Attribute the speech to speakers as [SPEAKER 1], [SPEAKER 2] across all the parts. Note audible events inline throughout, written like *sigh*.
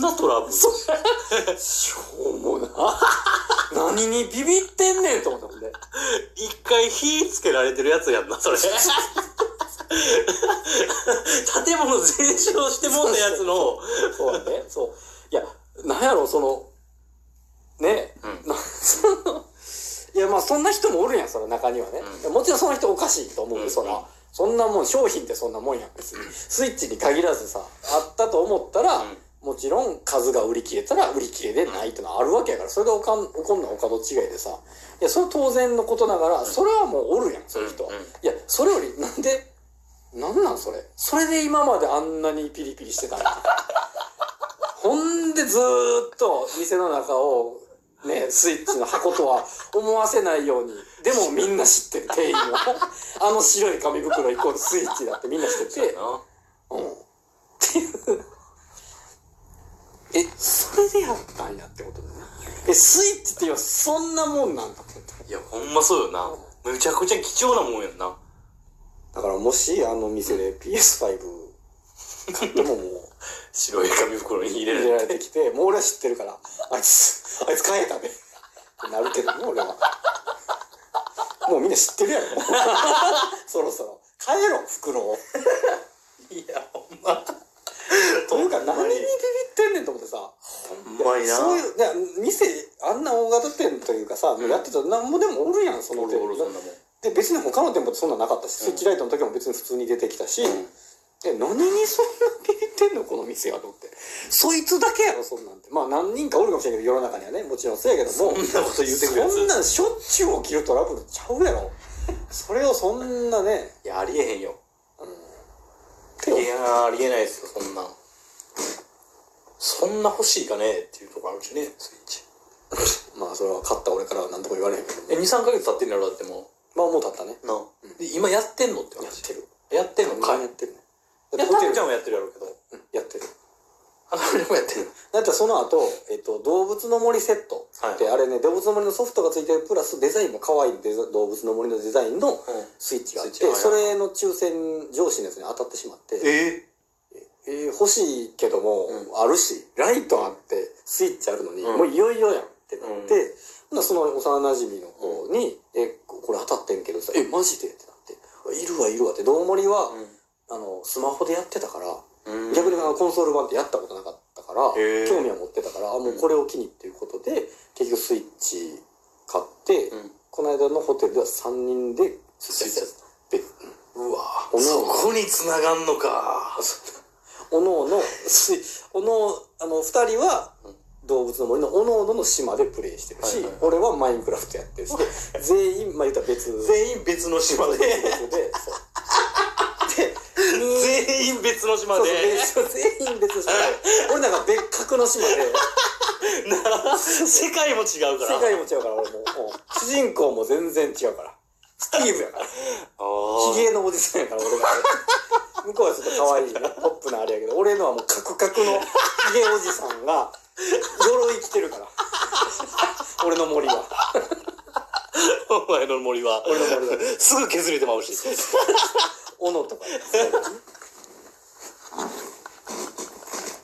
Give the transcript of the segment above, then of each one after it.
[SPEAKER 1] なトラブル
[SPEAKER 2] しょうもな。 *laughs* 何にビビってんねんと思ったもんね。
[SPEAKER 1] 一回火つけられてるやつやんな、それ。建物全焼してもうたやつの、
[SPEAKER 2] そうだね。そう。いや、なんやろ、その、ね、
[SPEAKER 1] う
[SPEAKER 2] な *laughs* その、いや、まあそんな人もおるやん、その中にはね。
[SPEAKER 1] うん
[SPEAKER 2] もちろんその人おかしいと思うよ、
[SPEAKER 1] うん
[SPEAKER 2] そら。そんなもん、商品ってそんなもんやん、別に。スイッチに限らずさ、あったと思ったら、
[SPEAKER 1] うん
[SPEAKER 2] もちろん数が売り切れたら売り切れでないってのはあるわけやから、それでおかん、怒んのはお門違いでさ。いや、それは当然のことながら、それはもうおるやん、そういう人は
[SPEAKER 1] うんうん
[SPEAKER 2] いや、それより、なんで、なんなんそれ。それで今まであんなにピリピリしてたのにほんでずーっと店の中を、ね、スイッチの箱とは思わせないように。でもみんな知ってる、店 *laughs* 員は。あの白い紙袋イコールスイッチだってみんな知ってて。うん。っていう。え、それでやったんやってことだね。え、スイッチって今そんなもんなんだって。
[SPEAKER 1] いや、ほんまそうよな。めちゃくちゃ貴重なもんやんな。
[SPEAKER 2] だからもしあの店で PS5 買ってももう。
[SPEAKER 1] 白い紙袋に入れ
[SPEAKER 2] 入れ
[SPEAKER 1] る
[SPEAKER 2] られてきて、もう俺は知ってるから、あいつ、あいつ変えたね。ってなるけどね、俺は。もうみんな知ってるやろ。そろそろ。変えろ、袋を。
[SPEAKER 1] いや、ほんま。
[SPEAKER 2] というか、何にビビってんねんと思ってさ。
[SPEAKER 1] ほんまにな。
[SPEAKER 2] そういう、いや店、あんな大型店というかさ、
[SPEAKER 1] うん
[SPEAKER 2] やってたらなんもでもおるやん、その
[SPEAKER 1] お
[SPEAKER 2] 店
[SPEAKER 1] るおるそんなもん。
[SPEAKER 2] で、別に他の店舗ってそんなんなかったし、
[SPEAKER 1] うん
[SPEAKER 2] スイッチライトの時も別に普通に出てきたし、
[SPEAKER 1] うん
[SPEAKER 2] え、何にそんなビビってんのこの店はと思って。そいつだけやろ、そんなんて。まあ何人かおるかもしれんけど、世の中にはね、もちろんそうやけども。
[SPEAKER 1] そんなこと言うてくるやつ
[SPEAKER 2] そんなんしょっちゅう起きるトラブルちゃうやろ。それをそんなね、 *laughs*
[SPEAKER 1] いや、ありえへんよ。
[SPEAKER 2] 手を
[SPEAKER 1] いや、ありえないですよ、そんなん。そんな欲しいかねっていうとこあるしね、スイッチ。
[SPEAKER 2] まあそれは勝った俺からは何とも言われへんけど
[SPEAKER 1] え、
[SPEAKER 2] ね。
[SPEAKER 1] 2、3ヶ月経ってんだろ、だっても
[SPEAKER 2] まあもう経ったね。
[SPEAKER 1] う。なで、今やってんのって
[SPEAKER 2] やっ
[SPEAKER 1] 話。
[SPEAKER 2] てる。
[SPEAKER 1] やってんのかい。
[SPEAKER 2] や
[SPEAKER 1] い
[SPEAKER 2] ってるね。
[SPEAKER 1] や、
[SPEAKER 2] ホ
[SPEAKER 1] た
[SPEAKER 2] テ
[SPEAKER 1] ぶ
[SPEAKER 2] ル
[SPEAKER 1] ちゃんもやってるやろうけど。
[SPEAKER 2] うんやってる。
[SPEAKER 1] あかりもやってる。
[SPEAKER 2] だってその後、えっと、動物の森セットって、
[SPEAKER 1] はい
[SPEAKER 2] あれね動物の森のソフトがついてるプラスデザインも可愛いデザ動物の森のデザインのスイッチがあって、
[SPEAKER 1] スイッチ
[SPEAKER 2] それの抽選上司のやつに当たってしまって、
[SPEAKER 1] え
[SPEAKER 2] えー欲しいけども、
[SPEAKER 1] うん
[SPEAKER 2] あるしライトあってスイッチあるのに、
[SPEAKER 1] うん
[SPEAKER 2] もういよいよやんってなって、
[SPEAKER 1] う
[SPEAKER 2] ほなその幼馴染の子に「えこれ当たってんけどさえマジで?」ってなって「いるわいるわ」って道森は、あのスマホでやってたから。
[SPEAKER 1] うん
[SPEAKER 2] 逆にあのコンソール版ってやったことなかったから
[SPEAKER 1] へー
[SPEAKER 2] 興味は持ってたからあもうこれを機にっていうことで結局スイッチ買って、
[SPEAKER 1] うん
[SPEAKER 2] この間のホテルでは3人で
[SPEAKER 1] スイッチやった
[SPEAKER 2] で
[SPEAKER 1] うわ
[SPEAKER 2] おの
[SPEAKER 1] そこに繋がんのか
[SPEAKER 2] おのおのスイおのあの2人は
[SPEAKER 1] うん
[SPEAKER 2] 動物の森のおのおのの島でプレイしてるし、
[SPEAKER 1] はいはいはい
[SPEAKER 2] 俺はマインクラフトやって
[SPEAKER 1] *laughs*
[SPEAKER 2] るしで全員まあ言ったら別員
[SPEAKER 1] 全員別の島
[SPEAKER 2] *laughs*
[SPEAKER 1] で
[SPEAKER 2] でそうで
[SPEAKER 1] 全員別の島で
[SPEAKER 2] そうそう全員別の島で
[SPEAKER 1] *laughs*
[SPEAKER 2] 俺なんか別格の島で。
[SPEAKER 1] な世界も違うから
[SPEAKER 2] 世界も違うから俺もうもう主人公も全然違うからスティーブやから
[SPEAKER 1] あ
[SPEAKER 2] ひ
[SPEAKER 1] ー
[SPEAKER 2] げのおじさんやから俺が向こうはちょっと可愛いねポップなあれやけど俺のはもうカクカクのひげおじさんが鎧着てるから俺の森は
[SPEAKER 1] お前の森は
[SPEAKER 2] 俺の森は
[SPEAKER 1] すぐ削れてまうし
[SPEAKER 2] 斧とかそう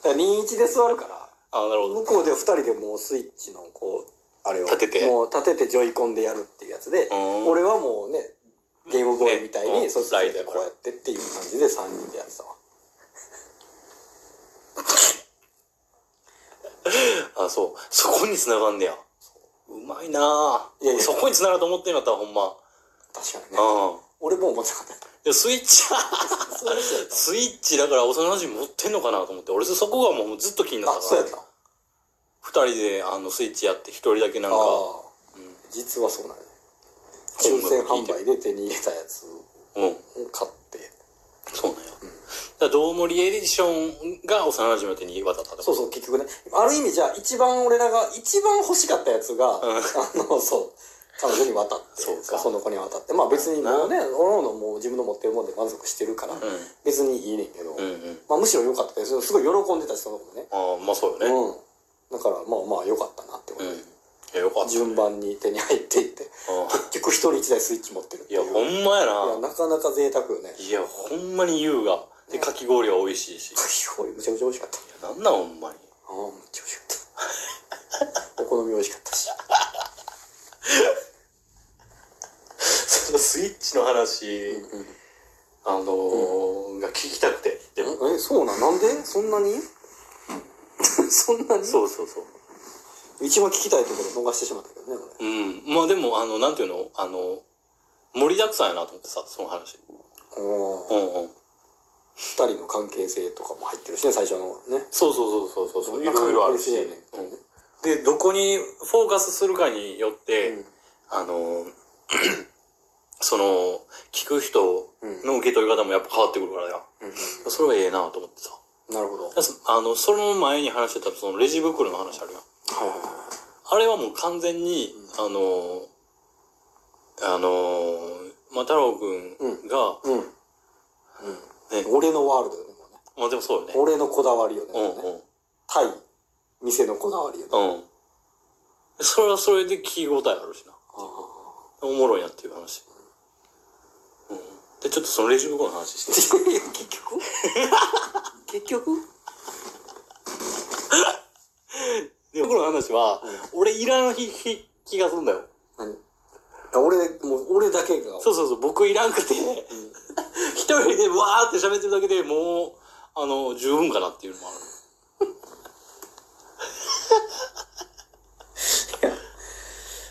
[SPEAKER 2] だから21で座るから
[SPEAKER 1] あなるほ
[SPEAKER 2] 向
[SPEAKER 1] ど
[SPEAKER 2] こうで2人でもうスイッチのこうあれを
[SPEAKER 1] 立てて
[SPEAKER 2] もう立ててジョイコンでやるっていうやつで
[SPEAKER 1] ん
[SPEAKER 2] 俺はもうねゲームボーイみたい
[SPEAKER 1] ね
[SPEAKER 2] にそっち
[SPEAKER 1] ライトやか
[SPEAKER 2] こ
[SPEAKER 1] ら
[SPEAKER 2] うやってっていう感じで3人でやってたわ
[SPEAKER 1] あそうそこに繋がんねやうまいなあ
[SPEAKER 2] いやいや
[SPEAKER 1] そこに繋がると思ってんかったわほんま
[SPEAKER 2] 確かにね
[SPEAKER 1] うん
[SPEAKER 2] 俺も思ってなかった
[SPEAKER 1] いやスイッチ *laughs*
[SPEAKER 2] そうでし
[SPEAKER 1] スイッチだから幼馴染持ってんのかなと思って俺そこがもうずっと気にな
[SPEAKER 2] た
[SPEAKER 1] っ
[SPEAKER 2] あ
[SPEAKER 1] た
[SPEAKER 2] そう
[SPEAKER 1] から
[SPEAKER 2] やったあ
[SPEAKER 1] 二人であのスイッチやって一人だけなんか
[SPEAKER 2] あ
[SPEAKER 1] うん
[SPEAKER 2] 実はそうなんや
[SPEAKER 1] 本
[SPEAKER 2] 抽
[SPEAKER 1] 部
[SPEAKER 2] 選販売で手に入れたやつ
[SPEAKER 1] うん
[SPEAKER 2] を買って
[SPEAKER 1] そうなんや、だから道盛りエディションが幼馴染の手に渡ったって
[SPEAKER 2] そうそう結局ねある意味じゃあ一番俺らが一番欲しかったやつ *laughs* が、あのそう彼女に渡って
[SPEAKER 1] そうか
[SPEAKER 2] その子に渡ってまあ別にもうねおのおのもう自分の持ってるもんで満足してるから、
[SPEAKER 1] ん
[SPEAKER 2] 別にいいねんけど、
[SPEAKER 1] うんうん
[SPEAKER 2] まあ、むしろ良かったですすごい喜んでたしその子もね
[SPEAKER 1] ああまあそうよね
[SPEAKER 2] うん、だからまあまあ良かったなってこと
[SPEAKER 1] うん、
[SPEAKER 2] で、
[SPEAKER 1] いやよかった
[SPEAKER 2] 順番に手に入っていって
[SPEAKER 1] ああ
[SPEAKER 2] 結局一人一台スイッチ持ってるって
[SPEAKER 1] い
[SPEAKER 2] い
[SPEAKER 1] や
[SPEAKER 2] う
[SPEAKER 1] ほんまや
[SPEAKER 2] いや
[SPEAKER 1] な
[SPEAKER 2] なかなか贅沢よね *laughs*
[SPEAKER 1] いやほんまに優雅でかき氷は美味しいし
[SPEAKER 2] かき氷むちゃくちゃ美味しかった
[SPEAKER 1] いやなんなんほんまに
[SPEAKER 2] ああ、めっちゃ美味しかった。お *laughs* 好み美味しかったし。
[SPEAKER 1] そのスイッチの話、あのーが聞きたくて。でも、
[SPEAKER 2] え、そうなんなんでそんなに *laughs* そんなに
[SPEAKER 1] そうそうそう。
[SPEAKER 2] 一番聞きたいところ逃してしまったけどね、こ
[SPEAKER 1] うん。まあでも、あの、なんていうのあの、盛りだくさんやなと思ってさ、その話。
[SPEAKER 2] れ。お
[SPEAKER 1] う
[SPEAKER 2] ー
[SPEAKER 1] んうん。
[SPEAKER 2] 二人の関係性とかも入ってるしね、最初のね。
[SPEAKER 1] そうそうそうそうそう。い
[SPEAKER 2] どんな
[SPEAKER 1] ろいろあるし。
[SPEAKER 2] 関係性やねん
[SPEAKER 1] うんで、どこにフォーカスするかによって、
[SPEAKER 2] うん
[SPEAKER 1] あの、 *clears throat* その、聞く人の受け取り方もやっぱ変わってくるからや。それはええなと思ってさ。
[SPEAKER 2] なるほど。はい
[SPEAKER 1] だしあの、その前に話してた、そのレジ袋の話あるやん。
[SPEAKER 2] はいはい。
[SPEAKER 1] あれはもう完全に、あの、あの、まあ、太郎くんが、
[SPEAKER 2] うん。
[SPEAKER 1] ね
[SPEAKER 2] うん。俺のワールドよね。もうね
[SPEAKER 1] まあ、でもそうよね。
[SPEAKER 2] 俺のこだわりよね。
[SPEAKER 1] う
[SPEAKER 2] もうね
[SPEAKER 1] んうん。
[SPEAKER 2] 対店のこだわりよね。
[SPEAKER 1] うん。それはそれで聞き応えあるしな。おもろいなっていう話。うん。で、ちょっとそのレジ袋の話 *laughs* して。
[SPEAKER 2] いや *laughs* 結局 *laughs* 結局
[SPEAKER 1] で、袋の話は、俺いらん日日気がするんだよ。
[SPEAKER 2] 何俺、もう俺だけが。
[SPEAKER 1] そうそうそう、僕いらんくて、 *laughs* 一人でわーって喋ってるだけでもう、あの、十分かなっていうのもある。